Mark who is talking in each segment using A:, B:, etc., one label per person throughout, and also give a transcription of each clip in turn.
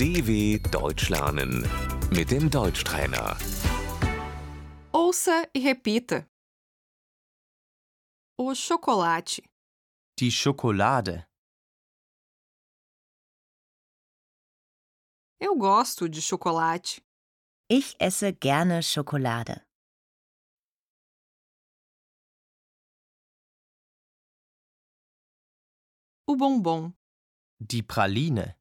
A: DW Deutsch lernen mit dem Deutschtrainer.
B: Ouça e repita. O chocolate,
C: Die Schokolade.
B: eu gosto de chocolate,
D: Ich esse gerne Schokolade.
B: o bombom,
C: Die Praline.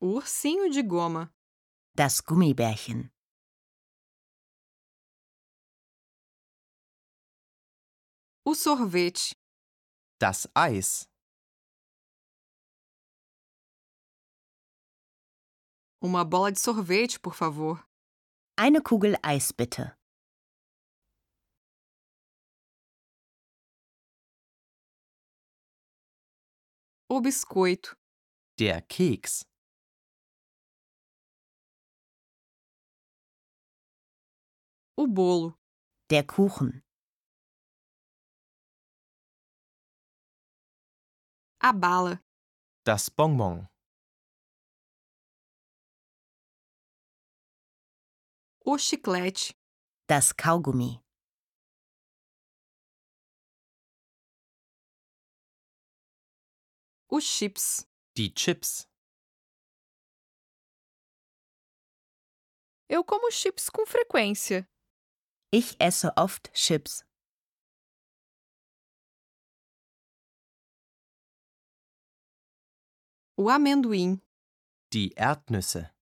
B: o ursinho de goma,
D: Das Gummibärchen.
B: o sorvete,
C: Das Eis.
B: uma bola de sorvete, por favor,
D: Eine Kugel Eis bitte.
B: o biscoito,
C: Der Keks.
B: o bolo,
D: Der Kuchen.
B: a bala,
C: Das Bonbon.
B: o chiclete,
D: Das Kaugummi.
B: o chips.
C: Die Chips.
B: Eu como chips com frequência.
D: Ich esse oft Chips.
B: O amendoim,
C: Die Erdnüsse.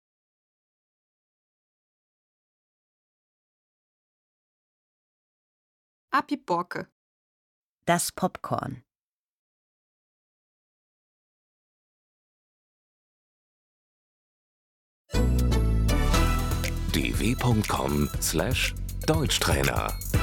B: a pipoca,
D: Das Popcorn.
A: dw.com/deutschtrainer